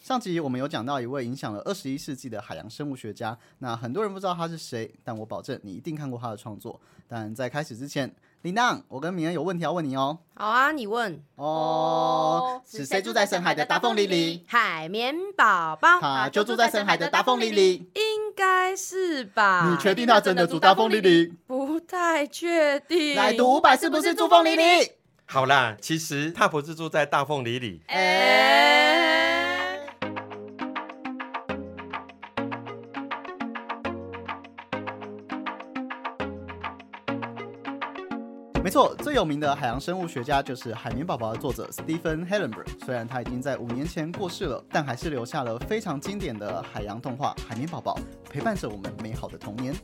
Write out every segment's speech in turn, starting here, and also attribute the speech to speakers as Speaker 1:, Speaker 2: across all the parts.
Speaker 1: 上集我们有讲到一位影响了二十一世纪的海洋生物学家，那很多人不知道他是谁，但我保证你一定看过他的创作。但在开始之前，铃铛，我跟明恩有问题要问你哦。
Speaker 2: 好啊，你问。
Speaker 1: 哦，是谁住在深海的大风里里？
Speaker 2: 海绵宝宝，
Speaker 1: 他就住在深海的大风里里。
Speaker 2: 应该是吧？
Speaker 1: 你确定他真的住大风里里？
Speaker 2: 不太确定。
Speaker 1: 来读五百是不是住风里里？
Speaker 3: 好啦，其实他不是住在大凤梨里，
Speaker 2: 哎、
Speaker 1: 没错，最有名的海洋生物学家就是《海绵宝宝》的作者 Stephen Hillenburg。虽然他已经在五年前过世了，但还是留下了非常经典的海洋动画《海绵宝宝》，陪伴着我们美好的童年。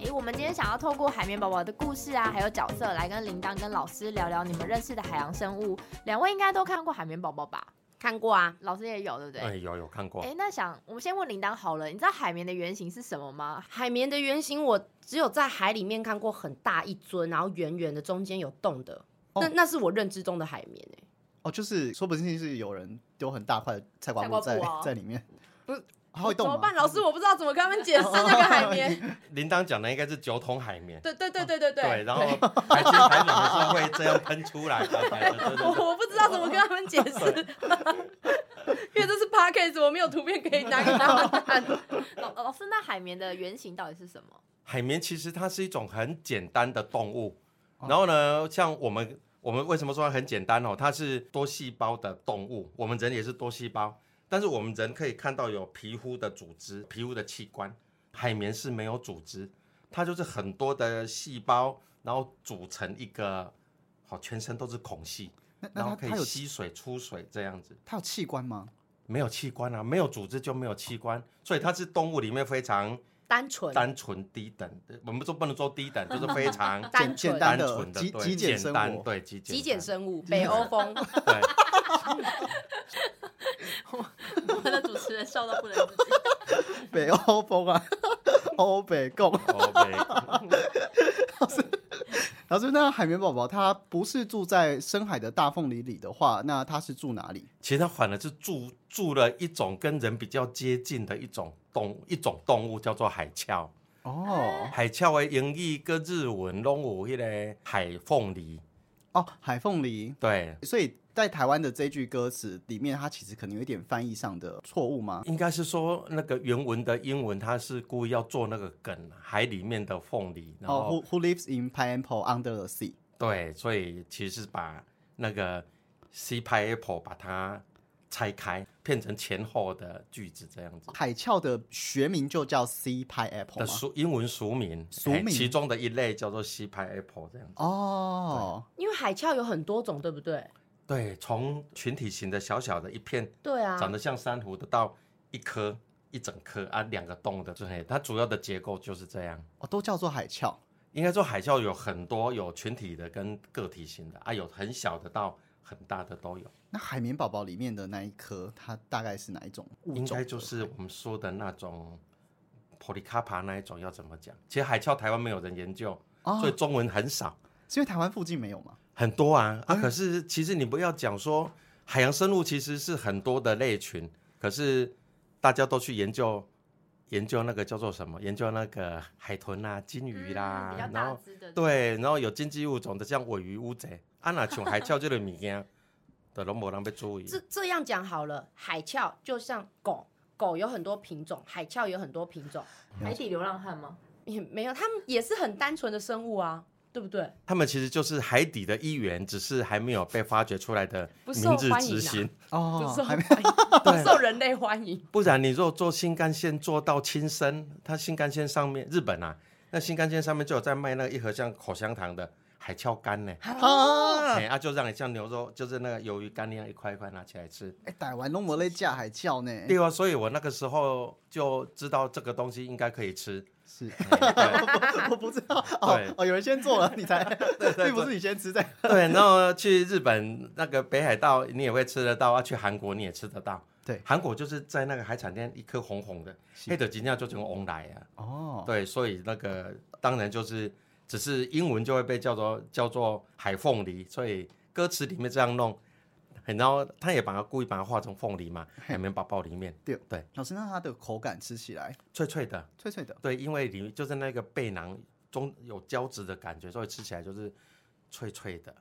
Speaker 4: 诶，我们今天想要透过海绵宝宝的故事啊，还有角色来跟铃铛跟老师聊聊你们认识的海洋生物。两位应该都看过海绵宝宝吧？
Speaker 2: 看过啊，
Speaker 4: 老师也有，对不对？
Speaker 3: 哎，有有看过
Speaker 4: 诶，，那想我们先问铃铛好了，你知道海绵的原型是什么吗？
Speaker 2: 海绵的原型我只有在海里面看过很大一尊，然后圆圆的，中间有洞的。
Speaker 1: 哦
Speaker 2: 那那是我认知中的海绵欸诶、
Speaker 1: 哦，就是说不定是有人丢很大块的菜瓜布在
Speaker 4: 菜瓜布哦
Speaker 1: 在里面，
Speaker 2: 不是哦
Speaker 1: 它会
Speaker 2: 怎
Speaker 1: 动吗哦
Speaker 2: 么办？老 师，啊我不知道怎么跟他们解释那个海绵。
Speaker 3: 铃铛讲的应该是酒桶海绵，
Speaker 2: 对对对对对
Speaker 3: 对，然后海鲜海绵是会这样喷出来的，对对对对对
Speaker 2: 我不知道怎么跟他们解释， 因为这是 podcast，我没有图片可以拿给他们看。
Speaker 4: 老老师，那海绵的原型到底是什么？
Speaker 3: 海绵其实它是一种很简单的动物，
Speaker 1: 哦
Speaker 3: 然后呢，像我们我们为什么说它很简单哦？它是多细胞的动物，我们人也是多细胞，但是我们人可以看到有皮肤的组织、皮肤的器官，海绵是没有组织，它就是很多的细胞，然后组成一个好全身都是孔隙，
Speaker 1: 那那
Speaker 3: 然后
Speaker 1: 它
Speaker 3: 可
Speaker 1: 它
Speaker 3: 以
Speaker 1: 有
Speaker 3: 吸水、出水这样子。
Speaker 1: 它有器官吗？
Speaker 3: 没有器官啊，没有组织就没有器官，所以它是动物里面非常
Speaker 2: 单纯
Speaker 3: 单纯低等的。我们说不能说低等，就是非常
Speaker 2: 单
Speaker 1: 简
Speaker 2: 纯
Speaker 1: 单
Speaker 3: 单
Speaker 1: 的
Speaker 3: 纯的，
Speaker 1: 极
Speaker 3: 对，
Speaker 1: 极简
Speaker 3: 简
Speaker 1: 生
Speaker 3: 单，
Speaker 1: 活
Speaker 3: 对，极简，
Speaker 2: 极简，生物，北欧风。
Speaker 3: 对，
Speaker 4: 我的主持人笑到不能自己。
Speaker 1: 北欧风啊， 欧北共。
Speaker 3: 哦对
Speaker 1: 老师，那海绵宝宝它不是住在深海的大凤梨里的话，那它是住哪里？
Speaker 3: 其实它反而是住住了一种跟人比较接近的一种动一种动物，叫做海鞘。
Speaker 1: 哦
Speaker 3: 海鞘的英语跟日文拢有迄个海凤梨，
Speaker 1: 哦，海凤梨。
Speaker 3: 对，
Speaker 1: 所以在台湾的这句歌词里面，它其实可能有一点翻译上的错误吗？
Speaker 3: 应该是说那个原文的英文，它是故意要做那个梗，海里面的凤梨，然后
Speaker 1: 哦、w h o who lives in pineapple under the sea？
Speaker 3: 对，所以其实把那个 C pineapple 把它拆开，变成前后的句子这样子
Speaker 1: 海鞘的学名就叫 sea
Speaker 3: 的
Speaker 1: pineapple 吗？
Speaker 3: 俗英文俗名，
Speaker 1: 俗
Speaker 3: 哎
Speaker 1: 名
Speaker 3: 其中的一类叫做 C pineapple 这样子。
Speaker 1: 哦，
Speaker 2: 因为海鞘有很多种，对不对？
Speaker 3: 对，从群体型的小小的一片，
Speaker 2: 对啊，
Speaker 3: 长得像珊瑚的到一颗一整颗啊，两个洞的，对，它主要的结构就是这样。
Speaker 1: 哦，都叫做海鞘。
Speaker 3: 应该说海啸有很多有群体的跟个体型的啊，有很小的到很大的都有。
Speaker 1: 那海绵宝宝里面的那一颗，它大概是哪一种物种？
Speaker 3: 应该就是我们说的那种 polycarpa 那一种要怎么讲？其实海鞘台湾没有人研究，
Speaker 1: 哦
Speaker 3: 所以，中文很少，
Speaker 1: 是因为台湾附近没有吗？
Speaker 3: 很多啊
Speaker 4: 嗯
Speaker 3: 啊！可是其实你不要讲说海洋生物其实是很多的类群，可是大家都去研究。研究那个叫做什么？研究那个海豚啦、金鱼啦
Speaker 4: 嗯，比较
Speaker 3: 然
Speaker 4: 大
Speaker 3: 后
Speaker 4: 只的。
Speaker 3: 对，然后有经济物种的，像尾鱼、乌贼，啊那像海鞘这类物件， 的拢无人被注意。
Speaker 2: 这这样讲好了，海鞘就像狗，狗有很多品种，海鞘有很多品种，
Speaker 4: 海底流浪汉吗？
Speaker 2: 也没有，它们也是很单纯的生物啊，对不对？
Speaker 3: 他们其实就是海底的一员，只是还没有被发掘出来的
Speaker 2: 不受
Speaker 3: 明日
Speaker 2: 欢迎
Speaker 3: 之
Speaker 2: 啊
Speaker 3: 星。
Speaker 2: 不
Speaker 1: 哦
Speaker 2: 受，
Speaker 1: 海
Speaker 2: 欢
Speaker 1: 绵
Speaker 2: 迎，不受人类欢迎。
Speaker 3: 不然你如果坐新干线坐到青森，它新干线上面日本啊，那新干线上面就有在卖那个一盒像口香糖的海鞘干呢、
Speaker 2: 嗯
Speaker 1: 啊，
Speaker 3: 哎、啊就让你像牛肉，就是那个鱿鱼干那样一块一块拿起来吃。
Speaker 1: 哎，台湾都没在架海鞘呢，
Speaker 2: 哎
Speaker 3: 对啊，所以我那个时候就知道这个东西应该可以吃。
Speaker 1: 是。
Speaker 3: 哎对
Speaker 1: 我不知道哦
Speaker 3: 对
Speaker 1: 哦，有人先做了，你才
Speaker 3: 对对
Speaker 1: 并不是你先吃在
Speaker 3: 对，然后去日本那个北海道你也会吃得到啊，去韩国你也吃得到。
Speaker 1: 对
Speaker 3: 韩国就是在那个海产店一颗红红的，
Speaker 1: 是
Speaker 3: 黑的金价就成红来啊。
Speaker 1: 哦，
Speaker 3: 对，所以那个当然就是只是英文就会被叫做叫做海凤梨，所以歌词里面这样弄。然后他也把它故意把它画成凤梨嘛，
Speaker 1: 嘿
Speaker 3: 海绵宝宝里面
Speaker 1: 老师，那它的口感吃起来
Speaker 3: 脆脆的，
Speaker 1: 脆 脆的，
Speaker 3: 对，因为里面就是那个贝囊中有胶质的感觉，所以吃起来就是脆脆的，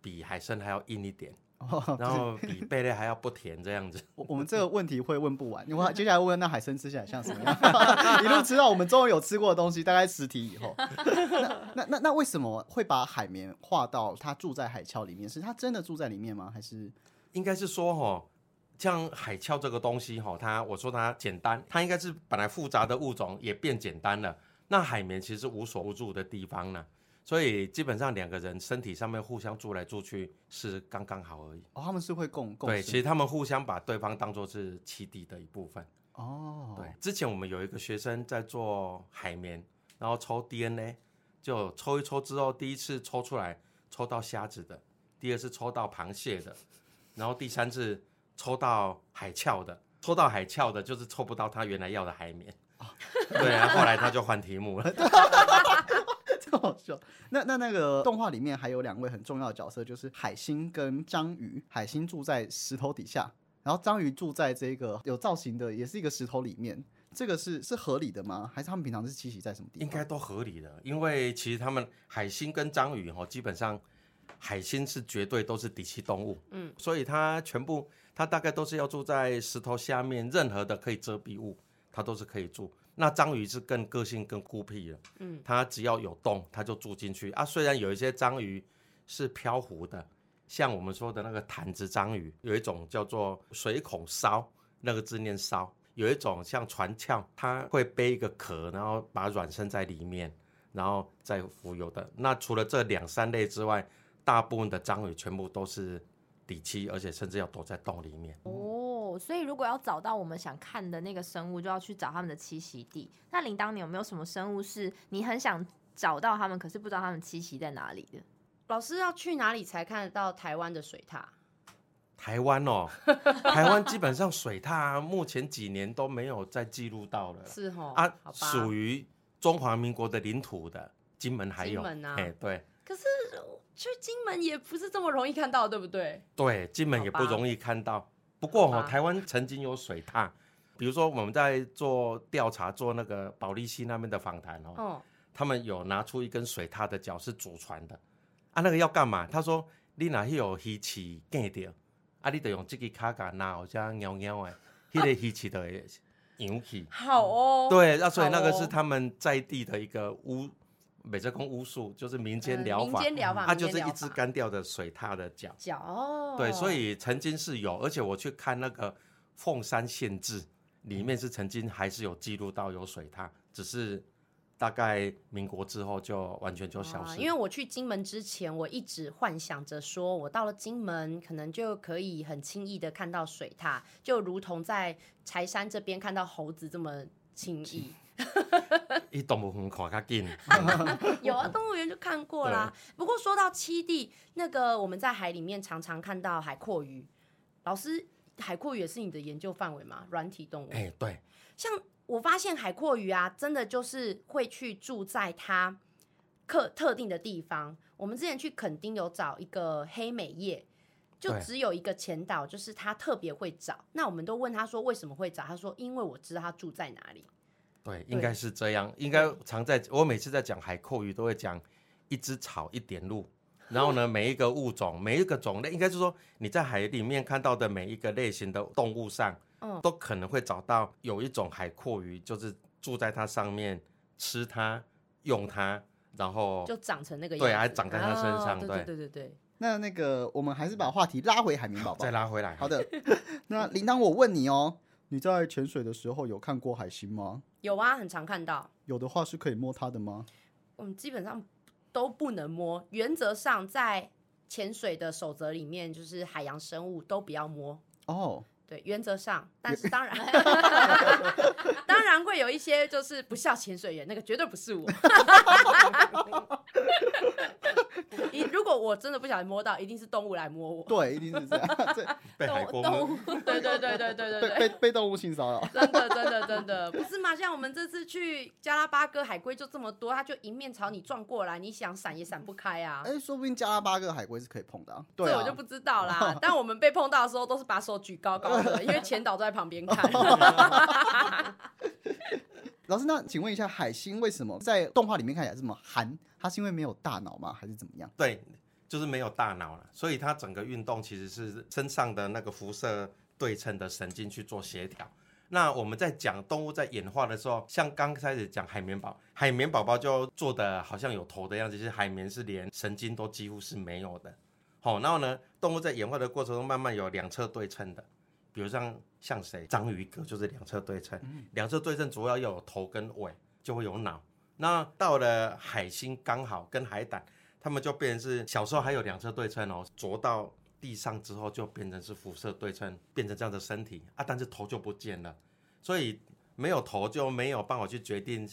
Speaker 3: 比海参还要硬一点，
Speaker 1: 哦，
Speaker 3: 然后比贝类还要不甜这样子。
Speaker 1: 我我们这个问题会问不完，因为 我接下来问那海参吃起来像什么样， 一路吃到我们终于有吃过的东西，大概十题以 后。那那那那为什么会把海绵画到它住在海鞘里面？是它真的住在里面吗？还是
Speaker 3: 应该是说哦，像海鞘这个东西哈、它我说它简单，它应该是本来复杂的物种也变简单了。那海绵其实无所不住的地方呢，所以基本上两个人身体上面互相住来住去是刚刚好而已。
Speaker 1: 哦，他们是会共共
Speaker 3: 对，
Speaker 1: 生
Speaker 3: 其实他们互相把对方当做是栖地的一部分。
Speaker 1: 哦，
Speaker 3: 对，之前我们有一个学生在做海绵，然后抽 DNA，就抽一抽之后，第一次抽出来抽到虾子的，第二次抽到螃蟹的，然后第三次抽到海鞘的，抽到海鞘的就是抽不到他原来要的海绵。对啊，后来他就换题目了。
Speaker 1: 这好笑。那那那个动画里面还有两位很重要的角色，就是海星跟章鱼。海星住在石头底下，然后章鱼住在这个有造型的，也是一个石头里面。这个是是合理的吗？还是他们平常是栖息在什么地方？
Speaker 3: 应该都合理的，因为其实他们海星跟章鱼哈、哦，基本上海星是绝对都是底栖动物，
Speaker 2: 嗯，
Speaker 3: 所以它全部它大概都是要住在石头下面，任何的可以遮蔽物它都是可以住。那章鱼是更个性更孤僻了，
Speaker 2: 嗯，
Speaker 3: 它只要有洞它就住进去啊。虽然有一些章鱼是漂浮的，像我们说的那个坛子章鱼，有一种叫做水孔烧，那个字念烧。有一种像船壳，它会背一个壳，然后把卵生在里面，然后再浮游的。那除了这两三类之外，大部分的章鱼全部都是底栖，而且甚至要躲在洞里面。
Speaker 4: 哦，所以如果要找到我们想看的那个生物，就要去找他们的栖息地。那铃铛，你有没有什么生物是你很想找到他们，可是不知道他们栖息在哪里的？
Speaker 2: 老师要去哪里才看得到台湾的水獭？
Speaker 3: 台湾 哦，台湾基本上水獭目前几年都没有再记录到了
Speaker 2: 是哦，
Speaker 3: 啊
Speaker 2: 好，吧。
Speaker 3: 属于中华民国的领土的金门还有，
Speaker 2: 金门啊
Speaker 3: 哎对
Speaker 2: 可是去金门也不是这么容易看到，对不对？
Speaker 3: 对，金门也不容易看到。不过
Speaker 2: 好
Speaker 3: 哦，
Speaker 2: 吧
Speaker 3: 台湾曾经有水獭，比如说我们在做调查，做那个保利西那边的访谈哦，
Speaker 2: 哦，
Speaker 3: 他们有拿出一根水獭的脚是祖传的，啊，那个要干嘛？他说你哪去有鱼翅见到，啊，你得用这个卡卡拿好像喵喵的，迄、个鱼翅就会扬起。
Speaker 2: 好 哦，
Speaker 3: 对，那、所以
Speaker 2: 好
Speaker 3: 那个
Speaker 2: 哦
Speaker 3: 是他们在地的一个巫，美洲公巫术，就是民间
Speaker 2: 嗯
Speaker 3: 疗
Speaker 2: 民
Speaker 3: 法，
Speaker 2: 间疗法，
Speaker 3: 它
Speaker 2: 民间
Speaker 3: 就是
Speaker 2: 疗
Speaker 3: 一
Speaker 2: 法
Speaker 3: 只干掉的水獭的脚。
Speaker 2: 脚哦，
Speaker 3: 对，所以曾经是有，而且我去看那个凤山县志里面是曾经还是有记录到有水獭，只是大概民国之后就完全就消
Speaker 2: 啊
Speaker 3: 失。
Speaker 2: 因为我去金门之前，我一直幻想着说，我到了金门，可能就可以很轻易的看到水獭，就如同在柴山这边看到猴子这么轻易。
Speaker 3: 一动物园看较紧，
Speaker 2: 有啊，动物园就看过啦。不过说到七地，那个我们在海里面常常看到海阔鱼，老师，海阔鱼也是你的研究范围吗？软体动物，
Speaker 3: 哎、对，
Speaker 2: 像我发现海阔鱼啊，真的就是会去住在它特特定的地方。我们之前去垦丁有找一个黑美叶，就
Speaker 3: 对
Speaker 2: 只有一个前导，就是他特别会找。那我们都问他说为什么会找，他说因为我知道他住在哪里。
Speaker 3: 对，应该是这样。应该常在我每次在讲海蛞蝓，都会讲一只草一点路。然后呢，每一个物种、每一个种类，应该是说你在海里面看到的每一个类型的动物上，
Speaker 2: 嗯
Speaker 3: 都可能会找到有一种海蛞蝓，就是住在它上面，吃它、用它，然后
Speaker 2: 就长成那个样子，
Speaker 3: 对还长在它身
Speaker 2: 哦
Speaker 3: 上
Speaker 2: 对
Speaker 3: 对
Speaker 2: 对对对
Speaker 1: 那那个，我们还是把话题拉回海绵宝宝
Speaker 3: 再。拉回来。
Speaker 1: 好，的， 那铃铛，我问你哦，你在潜水的时候有看过海星吗？
Speaker 2: 有啊，很常看到。
Speaker 1: 有的话是可以摸它的吗？
Speaker 2: 我们基本上都不能摸，原则上在潜水的守则里面，就是海洋生物都不要摸。
Speaker 1: 哦，
Speaker 2: 对，原则上，但是当然，当然会有一 些就是不孝潜水员，那个绝对不是我。一如果我真的不小心摸到，一定是动物来摸我。
Speaker 1: 对，一定是这样， 对
Speaker 3: 被海
Speaker 4: 动
Speaker 3: 锅
Speaker 4: 动
Speaker 3: 摸，
Speaker 4: 物
Speaker 2: 对对对对对对
Speaker 1: 被
Speaker 2: 对，
Speaker 1: 被被动物性骚扰。
Speaker 2: 真的真的真的不是嘛？像我们这次去加拉巴哥海龟就这么多，它就迎面朝你撞过来，你想闪也闪不开啊。
Speaker 1: 哎，说不定加拉巴哥海龟是可以碰的啊。对
Speaker 2: 这
Speaker 1: 啊，
Speaker 2: 我就不知 道啦，但我们被碰到的时候都是把手举高高的，因为前导都在旁 边看。
Speaker 1: 老师，那请问一下，海星为什么在动画里面看起来这么憨？它是因为没有大脑吗？还是怎 么样？
Speaker 3: 对，就是没有大脑了，所以它整个运动其实是身上的那个辐射对称的神经去做协调。那我们在讲动物在演化的时候，像刚开始讲海绵宝，海绵宝宝就做的好像有头的样子，其实海绵是连神经都几乎是没有的。好、然后呢，动物在演化的过程中慢慢有两侧对称的，比如像像谁，章鱼哥就是两侧对称，两侧对称主要要有头跟尾，就会有脑。那到了海星刚好跟海胆。他们就变成是小时候还有两侧对称哦，着到地上之后就变成是辐射对称，变成这样的身体啊，但是头就不见了，所以没有头就没有办法去决定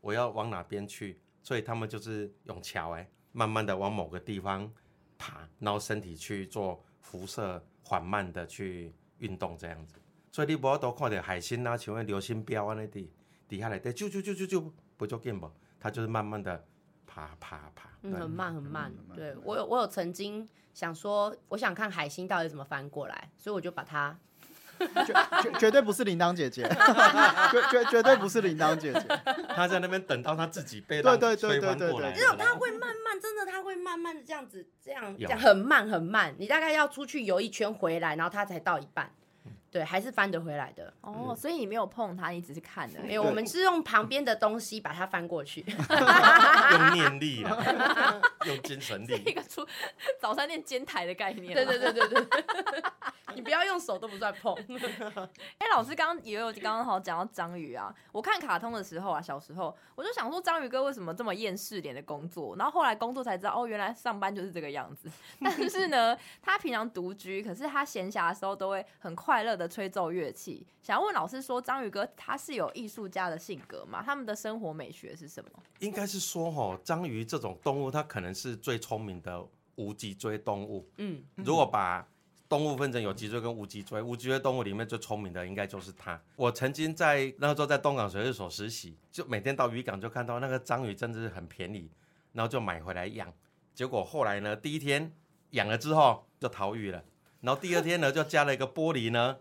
Speaker 3: 我要往哪边去，所以他们就是用桥哎，慢慢的往某个地方爬，然后身体去做辐射缓慢的去运动这样子，所以你无都看到海星啊，像那流星标啊那地底下来的啾啾啾啾啾，不就见不，它就是慢慢的爬爬爬，
Speaker 2: 嗯，
Speaker 3: 对
Speaker 2: 很慢很慢
Speaker 1: 嗯很。慢
Speaker 2: 对
Speaker 1: 很慢
Speaker 2: 我有我有曾经想说，我想看海星到底怎么翻过来，所以我就把它
Speaker 1: 绝绝绝对不是铃铛姐 姐，绝绝绝对不是铃铛姐姐。
Speaker 3: 他在那边等到他自己
Speaker 1: 对
Speaker 3: 被浪
Speaker 1: 对对
Speaker 3: 吹翻
Speaker 1: 对对
Speaker 3: 过来，
Speaker 1: 对
Speaker 2: 只有它会慢慢，真的它会慢慢的这样子，这样这
Speaker 3: 有
Speaker 2: 样很慢很慢，你大概要出去游一圈回来，然后它才到一半，对，还是翻得回来的。
Speaker 4: 哦，所以你没有碰它，你只是看的。
Speaker 2: 嗯没有，我们是用旁边的东西把它翻过去。
Speaker 3: 用念力啦， 用精神
Speaker 4: 是一
Speaker 3: 力。
Speaker 4: 个出 早餐店煎台的概念。啊
Speaker 2: 对对。对对对，你不要用手都不算碰。
Speaker 4: 哎、老师刚刚也有刚刚好讲到章鱼啊，我看卡通的时候啊，小时候我就想说章鱼哥为什么这么厌世脸的工作，然后后来工作才知道哦，原来上班就是这个样子。但是呢，他平常独居，可是他闲暇的时候都会很快乐的吹奏乐器。想要问老师说，章鱼哥他是有艺术家的性格吗？他们的生活美学是什么？
Speaker 3: 应该是说吼，章鱼这种动物，它可能是最聪明的无脊椎动物。
Speaker 2: 嗯，
Speaker 3: 如果把动物分成有脊椎跟无脊椎，无脊椎动物里面最聪明的应该就是它。我曾经在那时候在东港水事所实习，就每天到渔港就看到那个章鱼真的是很便宜，然后就买回来养。结果后来呢，第一天养了之后就逃狱了，然后第二天呢就加了一个玻璃呢，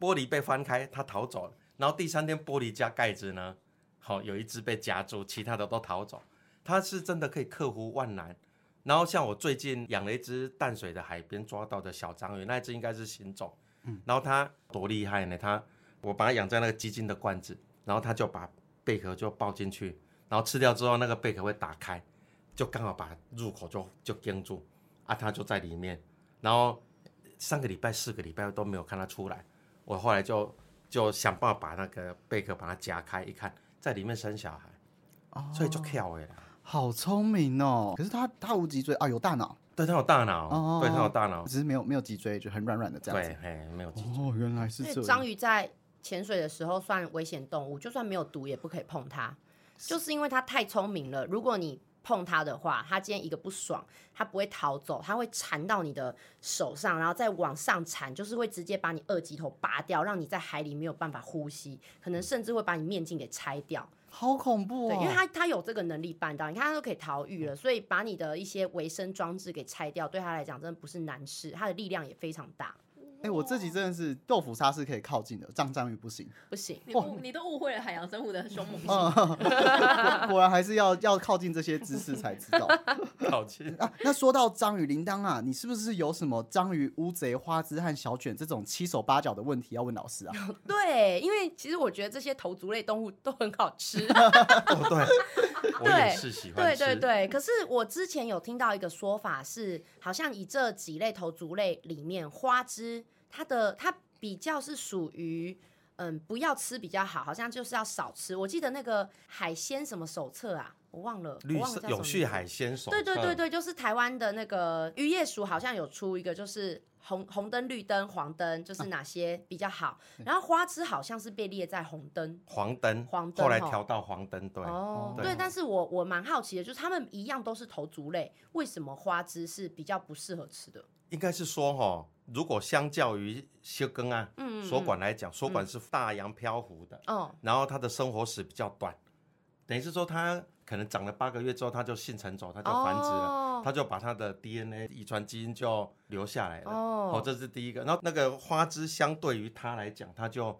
Speaker 3: 玻璃被翻开，它逃走了。然后第三天玻璃加盖子呢，好、有一只被夹住，其他的都逃走。它是真的可以克服万难。然后像我最近养了一只淡水的海边抓到的小章鱼，那一只应该是新种。然后它多厉害呢？它我把它养在那个鸡精的罐子，然后它就把贝壳就抱进去，然后吃掉之后，那个贝壳会打开，就刚好把入口就就盯住，啊，它就在里面。然后上个礼拜、四个礼拜都没有看它出来，我后来就就想办法把那个贝壳把它夹开，一看在里面生小孩，所以就跳回来。
Speaker 1: 好聪明哦！可是它它无脊椎啊，有大脑，
Speaker 3: 对，它有大脑，啊
Speaker 1: 哦
Speaker 3: 对，它有大脑，
Speaker 1: 只是没有没有脊椎，就很软软的这样
Speaker 3: 对
Speaker 1: 子。，
Speaker 3: 嘿，没有记住。
Speaker 1: 哦，原来是
Speaker 2: 所
Speaker 1: 这样。
Speaker 2: 以章鱼在潜水的时候算危险动物，就算没有毒也不可以碰它，就是因为它太聪明了。如果你碰它的话，它今天一个不爽，它不会逃走，它会缠到你的手上，然后再往上缠，就是会直接把你二级头拔掉，让你在海里没有办法呼吸，可能甚至会把你面镜给拆掉。
Speaker 1: 好恐怖
Speaker 2: 对，
Speaker 1: 哦！
Speaker 2: 因为它它有这个能力办到，你看它都可以逃
Speaker 1: 嗯
Speaker 2: 狱了，所以把你的一些维生装置给拆掉，对它来讲真的不是难事，它的力量也非常大，
Speaker 1: 哎、我自己真的是豆腐鲨是可以靠近的，藏章鱼不行。
Speaker 2: 不行。
Speaker 4: 你误你都误会了海洋生物的凶猛性。
Speaker 1: 果果然还是要要靠近这些知识才知道
Speaker 3: 抱歉，
Speaker 1: 啊。那说到章鱼铃铛啊，你是不是有什么章鱼、乌贼、花枝和小卷这种七手八脚的问题要问老师 啊？
Speaker 2: 对，因为其实我觉得这些头足类动物都很好吃。
Speaker 3: 哦，对， 我也是喜欢
Speaker 2: 对
Speaker 3: 吃。
Speaker 2: 对对，可是我之前有听到一个说法是，好像以这几类头足类里面，花枝它的它比较是属于。嗯，不要吃比较好，好像就是要少吃。我记得那个海鲜什么手册啊，我忘了，我
Speaker 3: 绿
Speaker 2: 忘了
Speaker 3: 色
Speaker 2: 叫什
Speaker 3: 永
Speaker 2: 么
Speaker 3: 续
Speaker 2: 名字
Speaker 3: 海鲜手册，
Speaker 2: 对对对对，就是台湾的那个渔业署好像有出一个，就是红红灯、绿灯、黄灯，
Speaker 3: 嗯
Speaker 2: 就是哪些比较好。然后花痴好像是被列在红灯。
Speaker 3: 黄灯，
Speaker 2: 黄灯
Speaker 3: 后来
Speaker 2: 吼
Speaker 3: 调到黄灯，对，
Speaker 2: 哦，
Speaker 3: 对
Speaker 2: 对，但是我我蛮好奇的，就是他们一样都是头足类，为什么花枝是比较不适合吃的？
Speaker 3: 应该是说哈、如果相较于休耕啊、
Speaker 2: 嗯，
Speaker 3: 所管来讲，所管是大洋漂浮的，
Speaker 2: 哦，
Speaker 3: 然后他的生活史比较短，等于是说他可能长了八个月之后，他就性成熟，他就繁殖了。
Speaker 2: 哦，
Speaker 3: 他就把他的 DNA 遗传基因就留下来了，
Speaker 2: 哦
Speaker 3: 哦，这是第一个。然后那个花枝相对于它来讲，它就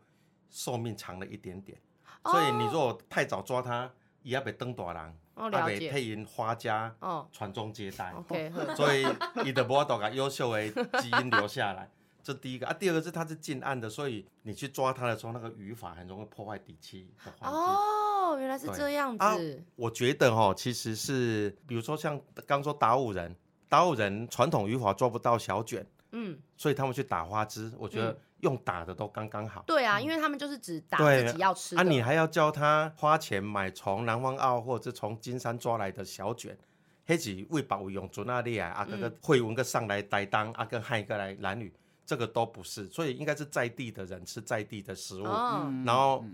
Speaker 3: 寿命长了一点点，所以你如果太早抓它，也要被登大人，
Speaker 2: 哦，
Speaker 3: 也
Speaker 2: 了
Speaker 3: 被
Speaker 2: 解，
Speaker 3: 配因花家
Speaker 2: 哦
Speaker 3: 传宗接代。
Speaker 2: ，OK，呵
Speaker 3: 所以你的波多把优秀的基因留下来，这第一个啊。第二个是它是近岸的，所以你去抓它的时候，那个语法很容易破坏底栖的环境。
Speaker 2: 哦，原来是
Speaker 3: 对
Speaker 2: 这样
Speaker 3: 啊
Speaker 2: 子，
Speaker 3: 我觉得哈，其实是比如说像刚说达悟人，达悟人传统语法做不到小卷，
Speaker 2: 嗯，
Speaker 3: 所以他们去打花枝，我觉得用打的都刚刚好。
Speaker 2: 对啊，因为他们就是只打
Speaker 3: 嗯对
Speaker 2: 自己要吃
Speaker 3: 啊，
Speaker 2: 的，哦
Speaker 3: 你还要教他花钱买从南方澳或者是从金山抓来的小卷，黑起为保用准那里啊，啊
Speaker 2: 嗯
Speaker 3: 个个会文个上来呆当，啊跟汉个来蓝语，这个都不是，所以应该是在地的人吃在地的食物，
Speaker 2: 哦，
Speaker 1: 嗯
Speaker 3: 然后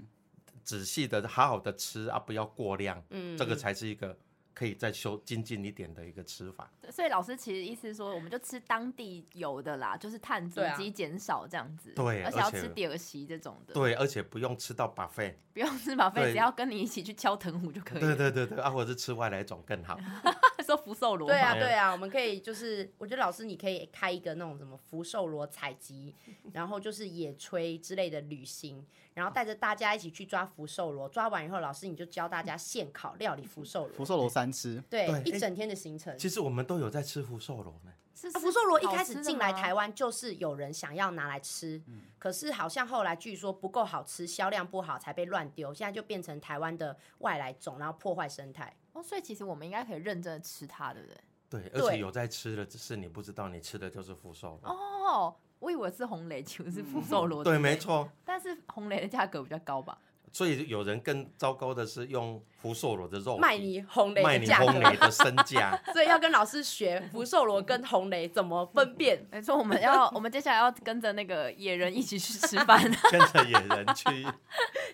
Speaker 3: 仔细的好好的吃啊，不要过量。
Speaker 2: 嗯，
Speaker 3: 这个
Speaker 2: 嗯
Speaker 3: 才是一个可以再修精进一点的一个吃法。
Speaker 4: 所以老师其实意思说，我们就吃当地有的啦，就是碳足
Speaker 2: 对啊
Speaker 4: 迹减少这样子，
Speaker 3: 对
Speaker 4: 而且要
Speaker 3: 而且
Speaker 4: 吃点席这种的，
Speaker 3: 对，而且不用吃到 buffet。
Speaker 4: 不用吃马费，
Speaker 3: 对
Speaker 4: 只要跟你一起去敲藤壶就可以
Speaker 3: 对
Speaker 4: 了。
Speaker 3: 对对对，啊，或者是吃外来种更好。
Speaker 4: 说福寿螺嘛，
Speaker 2: 对啊，
Speaker 3: 嘛
Speaker 2: 对啊，我们可以就是，我觉得老师你可以开一个那种什么福寿螺采集，然后就是野炊之类的旅行，然后带着大家一起去抓福寿螺，抓完以后，老师你就教大家现烤料理福寿
Speaker 1: 福
Speaker 2: 螺，
Speaker 1: 寿螺三吃，
Speaker 2: 对，
Speaker 3: 对
Speaker 2: 一
Speaker 3: 哎
Speaker 2: 整天的行程。
Speaker 3: 其实我们都有在吃福寿螺呢。
Speaker 4: 是
Speaker 2: 啊福寿螺一开始进来台
Speaker 4: 湾，
Speaker 2: 湾就是有人想要拿来吃，
Speaker 3: 嗯
Speaker 2: 可是好像后来据说不够好吃，销量不好才被乱丢，现在就变成台湾的外来种，然后破坏生态。
Speaker 4: 哦，所以其实我们应该可以认真的吃它，对不对？
Speaker 3: 对，
Speaker 2: 对
Speaker 3: 而且有在吃的，只是你不知道，你吃的就是福寿螺。
Speaker 4: 哦，我以为是红雷球是福寿螺，
Speaker 3: 对，没。错。
Speaker 4: 但是红雷的价格比较高吧？
Speaker 3: 所以有人更糟糕的是用福寿螺的肉皮
Speaker 2: 卖你红雷
Speaker 3: 卖
Speaker 2: 的
Speaker 3: 你
Speaker 2: 价
Speaker 3: 烘
Speaker 2: 格，
Speaker 3: 雷的身价。
Speaker 2: 所以要跟老师学福寿螺跟红雷怎么分辨。
Speaker 4: 没错，我们 要我们接下来要跟着那个野人一起去吃饭。
Speaker 3: 跟着野人去。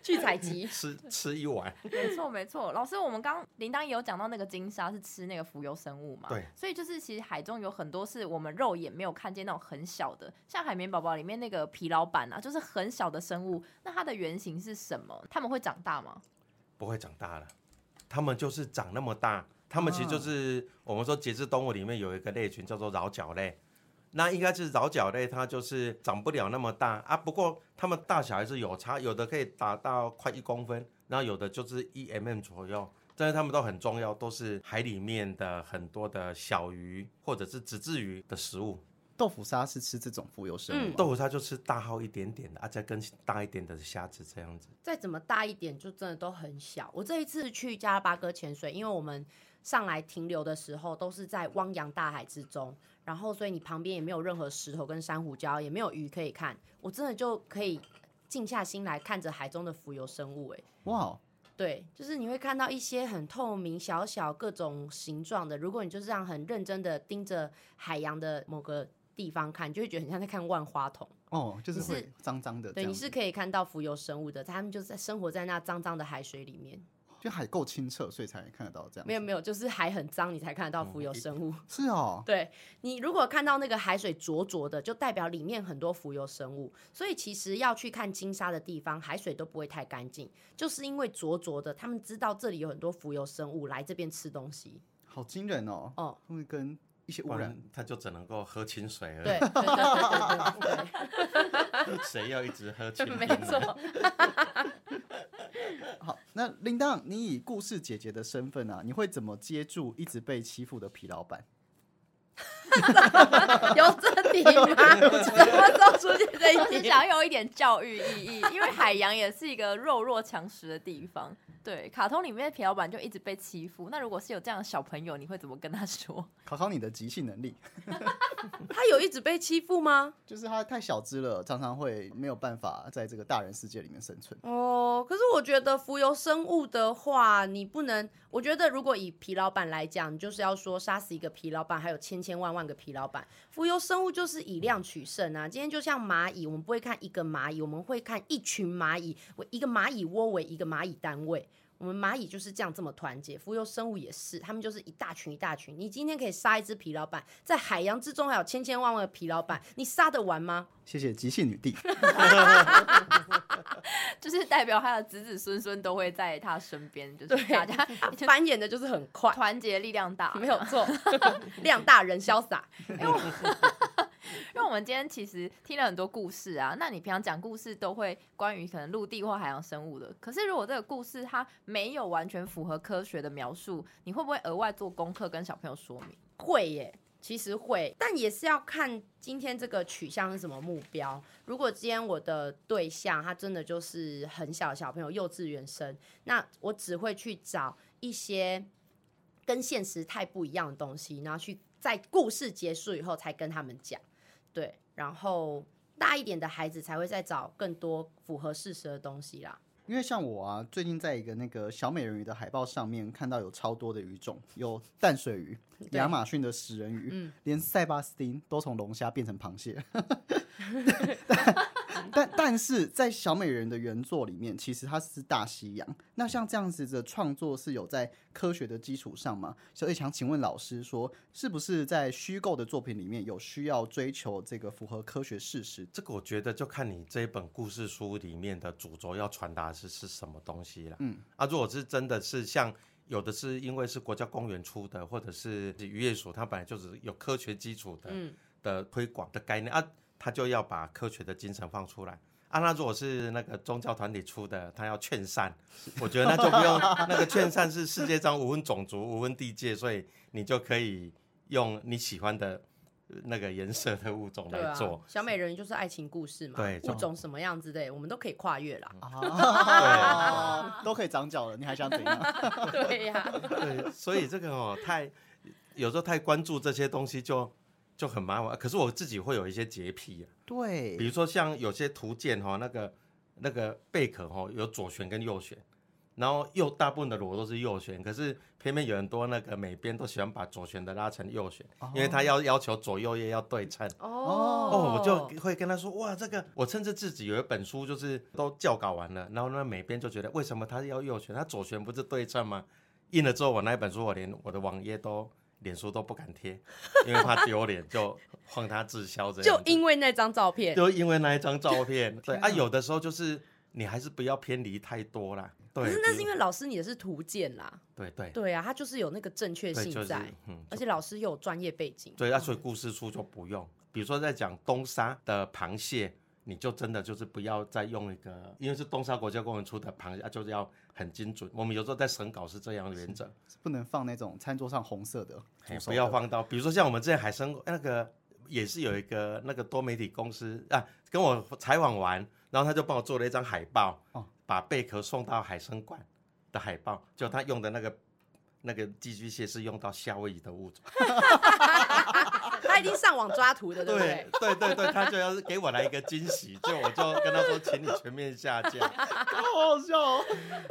Speaker 2: 去采集
Speaker 3: 吃吃一碗，
Speaker 4: 没错，没错。老师，我们刚铃铛也有讲到那个金鲨是吃那个浮游生物嘛？
Speaker 3: 对。
Speaker 4: 所以就是其实海中有很多是我们肉眼没有看见那种很小的，像海绵宝宝里面那个皮老板啊，就是很小的生物。那它的原型是什么？它们会长大吗？
Speaker 3: 不会长大了。他们就是长那么大，他们其实就是、我们说节肢动物里面有一个类群叫做桡脚类，那应该是桡脚类，它就是长不了那么大啊。不过它们大小还是有差，有的可以达到快一公分，然后有的就是一 mm 左右。但是它们都很重要，都是海里面的很多的小鱼或者是直质鱼的食物。
Speaker 1: 豆腐鲨是吃这种浮游生物啊吗，
Speaker 2: 嗯
Speaker 3: 豆腐它就吃大号一点点的啊，再更大一点的虾子这样子。
Speaker 2: 再怎么大一点，就真的都很小。我这一次去加拉巴哥潜水，因为我们上来停留的时候都是在汪洋大海之中，然后所以你旁边也没有任何石头跟珊瑚礁，也没有鱼可以看，我真的就可以静下心来看着海中的浮游生物、欸。
Speaker 1: 哇，哦
Speaker 2: 对，就是你会看到一些很透明、小小各种形状的。如果你就这样很认真的盯着海洋的某个地方看，你就会觉得很像在看万花筒。
Speaker 1: 哦，就是
Speaker 2: 你是
Speaker 1: 会脏脏的这
Speaker 2: 对，
Speaker 1: 样
Speaker 2: 你
Speaker 1: 子，
Speaker 2: 是可以看到浮游生物的，他们就在生活在那脏脏的海水里面。
Speaker 1: 就海够清澈，所以才看得到这样子。
Speaker 2: 没有没有，就是海很脏，你才看得
Speaker 1: 哦
Speaker 2: 到浮游生物。
Speaker 1: 是哦，
Speaker 2: 对你如果看到那个海水浊浊的，就代表里面很多浮游生物。所以其实要去看金沙的地方，海水都不会太干净，就是因为浊浊的，他们知道这里有很多浮游生物来这边吃东西。
Speaker 1: 好惊人哦，
Speaker 2: 哦，
Speaker 1: 会跟一些
Speaker 3: 不
Speaker 1: 污染
Speaker 3: 然它就只能够喝清水 而已。
Speaker 2: 对，对对对对对
Speaker 3: 谁要一直喝清
Speaker 2: 对没
Speaker 3: 冰 呢
Speaker 2: 错。
Speaker 1: 好，那铃铛，你以故事姐姐的身份啊，你会怎么接住一直被欺负的皮老板？
Speaker 2: 有这题吗？什么时候出现这
Speaker 4: 就
Speaker 2: 一
Speaker 4: 是
Speaker 2: 题？啊
Speaker 4: 想要有一点教育意义，因为海洋也是一个弱肉强食的地方。对，卡通里面的皮老板就一直被欺负。那如果是有这样的小朋友，你会怎么跟他说？
Speaker 1: 考考你的即兴能力，
Speaker 2: 他有一直被欺负吗？
Speaker 1: 就是他太小只了，常常会没有办法在这个大人世界里面生存。
Speaker 2: 哦，可是我觉得浮游生物的话，你不能，我觉得如果以皮老板来讲，你就是要说杀死一个皮老板，还有千千万万个皮老板。浮游生物就是以量取胜啊。今天就像蚂蚁，我们不会看一个蚂蚁，我们会看一群蚂蚁，为一个蚂蚁窝为一个蚂蚁单位。我们蚂蚁就是这样这么团结，浮游生物也是，他们就是一大群一大群。你今天可以杀一只皮老板，在海洋之中还有千千万万个皮老板，你杀得完吗？
Speaker 1: 谢谢即兴女帝，
Speaker 4: 就是代表他的子子孙孙都会在他身边，就是大家 就
Speaker 2: 繁衍的就是很快，
Speaker 4: 团结力量大，
Speaker 2: 没有 错，量大人潇洒。
Speaker 4: 因为我们今天其实听了很多故事啊，那你平常讲故事都会关于可能陆地或海洋生物的，可是如果这个故事它没有完全符合科学的描述，你会不会额外做功课跟小朋友说 明？
Speaker 2: 会耶，其实会，但也是要看今天这个取向是什么目标。如果今天我的对象他真的就是很小的小朋友，幼稚园生，那我只会去找一些跟现实太不一样的东西，然后去在故事结束以后才跟他们讲。对，然后大一点的孩子才会再找更多符合事实的东西啦。
Speaker 1: 因为像我啊，最近在一个那个小美人鱼的海报上面看到有超多的鱼种，有淡水鱼、
Speaker 2: 对
Speaker 1: 亚马逊的食人鱼，
Speaker 2: 嗯
Speaker 1: 连塞巴斯汀都从龙虾变成螃蟹。 但但但是在小美人的原作里面，其实它是大西洋。那像这样子的创作是有在科学的基础上吗？所以想请问老师说，是不是在虚构的作品里面有需要追求这个符合科学事 实？
Speaker 3: 这个我觉得就看你这一本故事书里面的主轴要传达的是是什么东西啦。
Speaker 1: 嗯，
Speaker 3: 啊，如果是真的是像有的是因为是国家公园出的，或者是渔业署，它本来就是有科学基础的、
Speaker 2: 嗯
Speaker 3: 的推广的概念啊，它就要把科学的精神放出来。啊，那如果是那个宗教团体出的，他要劝善，我觉得那就 不用那个劝善是世界上无分种族、无分地界，所以你就可以用你喜欢的呃那个颜色的物种
Speaker 2: 对
Speaker 3: 来
Speaker 2: 啊
Speaker 3: 做。，
Speaker 2: 小美人鱼就是爱情故事嘛，
Speaker 3: 对嗯
Speaker 2: 物种什么样之类，我们都可以跨越啦。
Speaker 1: 啊，都可以长脚了，你还想怎样？
Speaker 2: 对呀、
Speaker 3: 对，所以这个哦，太有时候太关注这些东西就就很麻烦。可是我自己会有一些洁癖啊，
Speaker 1: 对
Speaker 3: 比如说像有些图鉴哈、哦，那个那个贝壳哈、哦，有左旋跟右旋，然后右大部分的螺都是右旋，可是偏偏有很多那个美编都喜欢把左旋的拉成右旋，因为他要要求左右叶要对称。哦，
Speaker 2: 哦
Speaker 3: 我就会跟他说，哇，这个我甚至自己有一本书，就是都校稿完了，然后那美编就觉得，为什么他要右旋？他左旋不是对称吗？印了之后，我那一本书，我连我的网页都、脸书都不敢贴，因为怕丢脸，就换他滞销这样
Speaker 2: 就
Speaker 3: 子。
Speaker 2: 因为那张照片，
Speaker 3: 就因为那一张照片，对
Speaker 1: 天
Speaker 3: 啊，
Speaker 1: 哪
Speaker 3: 有的时候就是你还是不要偏离太多啦。对，
Speaker 2: 可是那
Speaker 3: 比
Speaker 2: 是因为老师你的是图鉴啦，
Speaker 3: 对对
Speaker 2: 对啊，他就是有那个正确
Speaker 3: 对，
Speaker 2: 性
Speaker 3: 就是
Speaker 2: 在，
Speaker 3: 嗯，
Speaker 2: 而且老师又有专业背景，
Speaker 3: 对啊，所以故事书就不用。比如说在讲东沙的螃蟹，你就真的就是不要再用一个，因为是东沙国家公园出的螃蟹，啊就是要很精准。我们有时候在审稿是这样的原则，
Speaker 1: 不能放那种餐桌上红色的，
Speaker 3: 嘿
Speaker 1: 煮熟
Speaker 3: 不要
Speaker 1: 的
Speaker 3: 放到，比如说像我们之前海参那个也是有一个那个多媒体公司啊，跟我采访完，然后他就帮我做了一张海报，
Speaker 1: 哦
Speaker 3: 把贝壳送到海参馆的海报，就他用的那个。那个寄居蟹是用到夏威夷的物种，
Speaker 2: 他一定上网抓图的，对不对？
Speaker 3: 对对对，他就要是给我来一个惊喜，就我就跟他说，请你全面下架。
Speaker 1: 好好笑哦。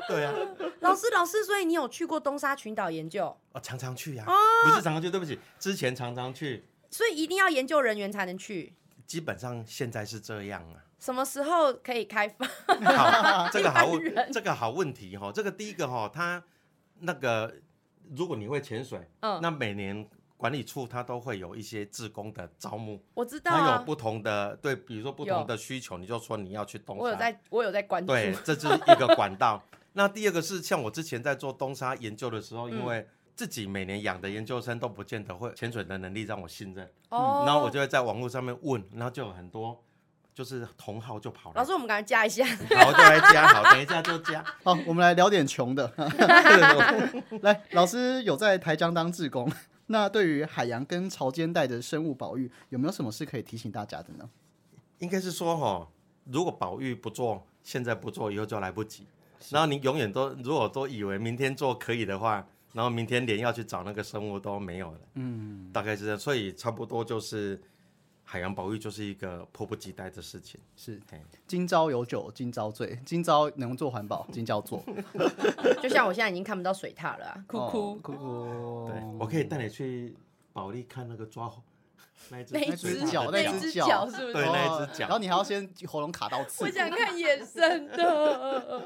Speaker 3: 对啊，
Speaker 2: 老师，老师，所以你有去过东沙群岛研究，
Speaker 3: 我哦常常去
Speaker 2: 哦
Speaker 3: 呀、不是常常去，对不起，之前常常去，
Speaker 2: 所以一定要研究人员才能去。
Speaker 3: 基本上现在是这样啊。
Speaker 2: 什么时候可以开放？
Speaker 3: 好，这个
Speaker 2: 一
Speaker 3: 好
Speaker 2: 般人
Speaker 3: 问，这个好问题哈、哦。这个第一个哈、哦，它那个如果你会潜水，
Speaker 2: 嗯
Speaker 3: 那每年管理处它都会有一些志工的招募，
Speaker 2: 我知道
Speaker 3: 它有
Speaker 2: 啊，
Speaker 3: 不同的对，比如说不
Speaker 2: 有
Speaker 3: 同的需求，你就说你要去东
Speaker 2: 我有
Speaker 3: 山
Speaker 2: 在，我有在 关注。
Speaker 3: 对，这是一个管道。 那第二个是像我之前在做东沙研究的时
Speaker 2: 嗯
Speaker 3: 候，因为自己每年养的研究生都不见得会潜水的能力让我信任，
Speaker 2: 哦，
Speaker 3: 嗯然后我就会在网络上面问，然后就有很多就是同号就跑
Speaker 2: 哦老
Speaker 3: 来，
Speaker 2: 师，我们赶快加一 下。
Speaker 3: 好就来加，好等一下就 加。
Speaker 1: 好，我们来聊点穷的。 来，老师有在台江当志工， 那对于海洋跟潮间带的生物保育，有没有什么是可以提醒大家的呢？
Speaker 3: 应该是说哈、如果保育不做，现在不做，以后就来不及。然后你永远都如果都以为明天做可以的话，然后明天连要去找那个生物都没有了，
Speaker 1: 嗯，
Speaker 3: 大概是这样。所以差不多就是海洋保育就是一个迫不及待的事情。
Speaker 1: 是哦
Speaker 3: 嘿
Speaker 1: 今朝有酒今朝醉，今朝能做环保，今朝做。
Speaker 2: 就像我现在已经看不到水獭了、啊， 哭
Speaker 1: 哦
Speaker 2: 哭。
Speaker 1: 哭哭。
Speaker 3: 对，我可以带你去保利看那个抓猴那一只
Speaker 4: 那一
Speaker 3: 那
Speaker 1: 只
Speaker 3: 它的
Speaker 1: 脚那
Speaker 4: 那
Speaker 1: 一只
Speaker 4: 只
Speaker 1: 脚
Speaker 4: 脚是不
Speaker 3: 对
Speaker 4: 是？
Speaker 3: 那一只脚
Speaker 1: 哦然后你还要先喉咙卡到刺
Speaker 4: 我。想看野生的，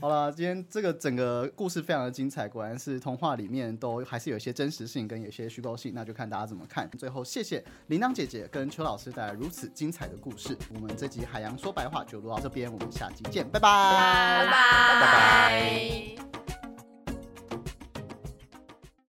Speaker 1: 好了，今天这个整个故事非常的精彩，果然是童话里面都还是有一些真实性跟有一些虚构性，那就看大家怎么看。最后，谢谢铃铛姐姐跟邱老师带来如此精彩的故事。我们这集《海洋说白话》就录到这边，我们下集见，拜拜
Speaker 2: 拜
Speaker 4: 拜
Speaker 2: 拜
Speaker 4: 拜。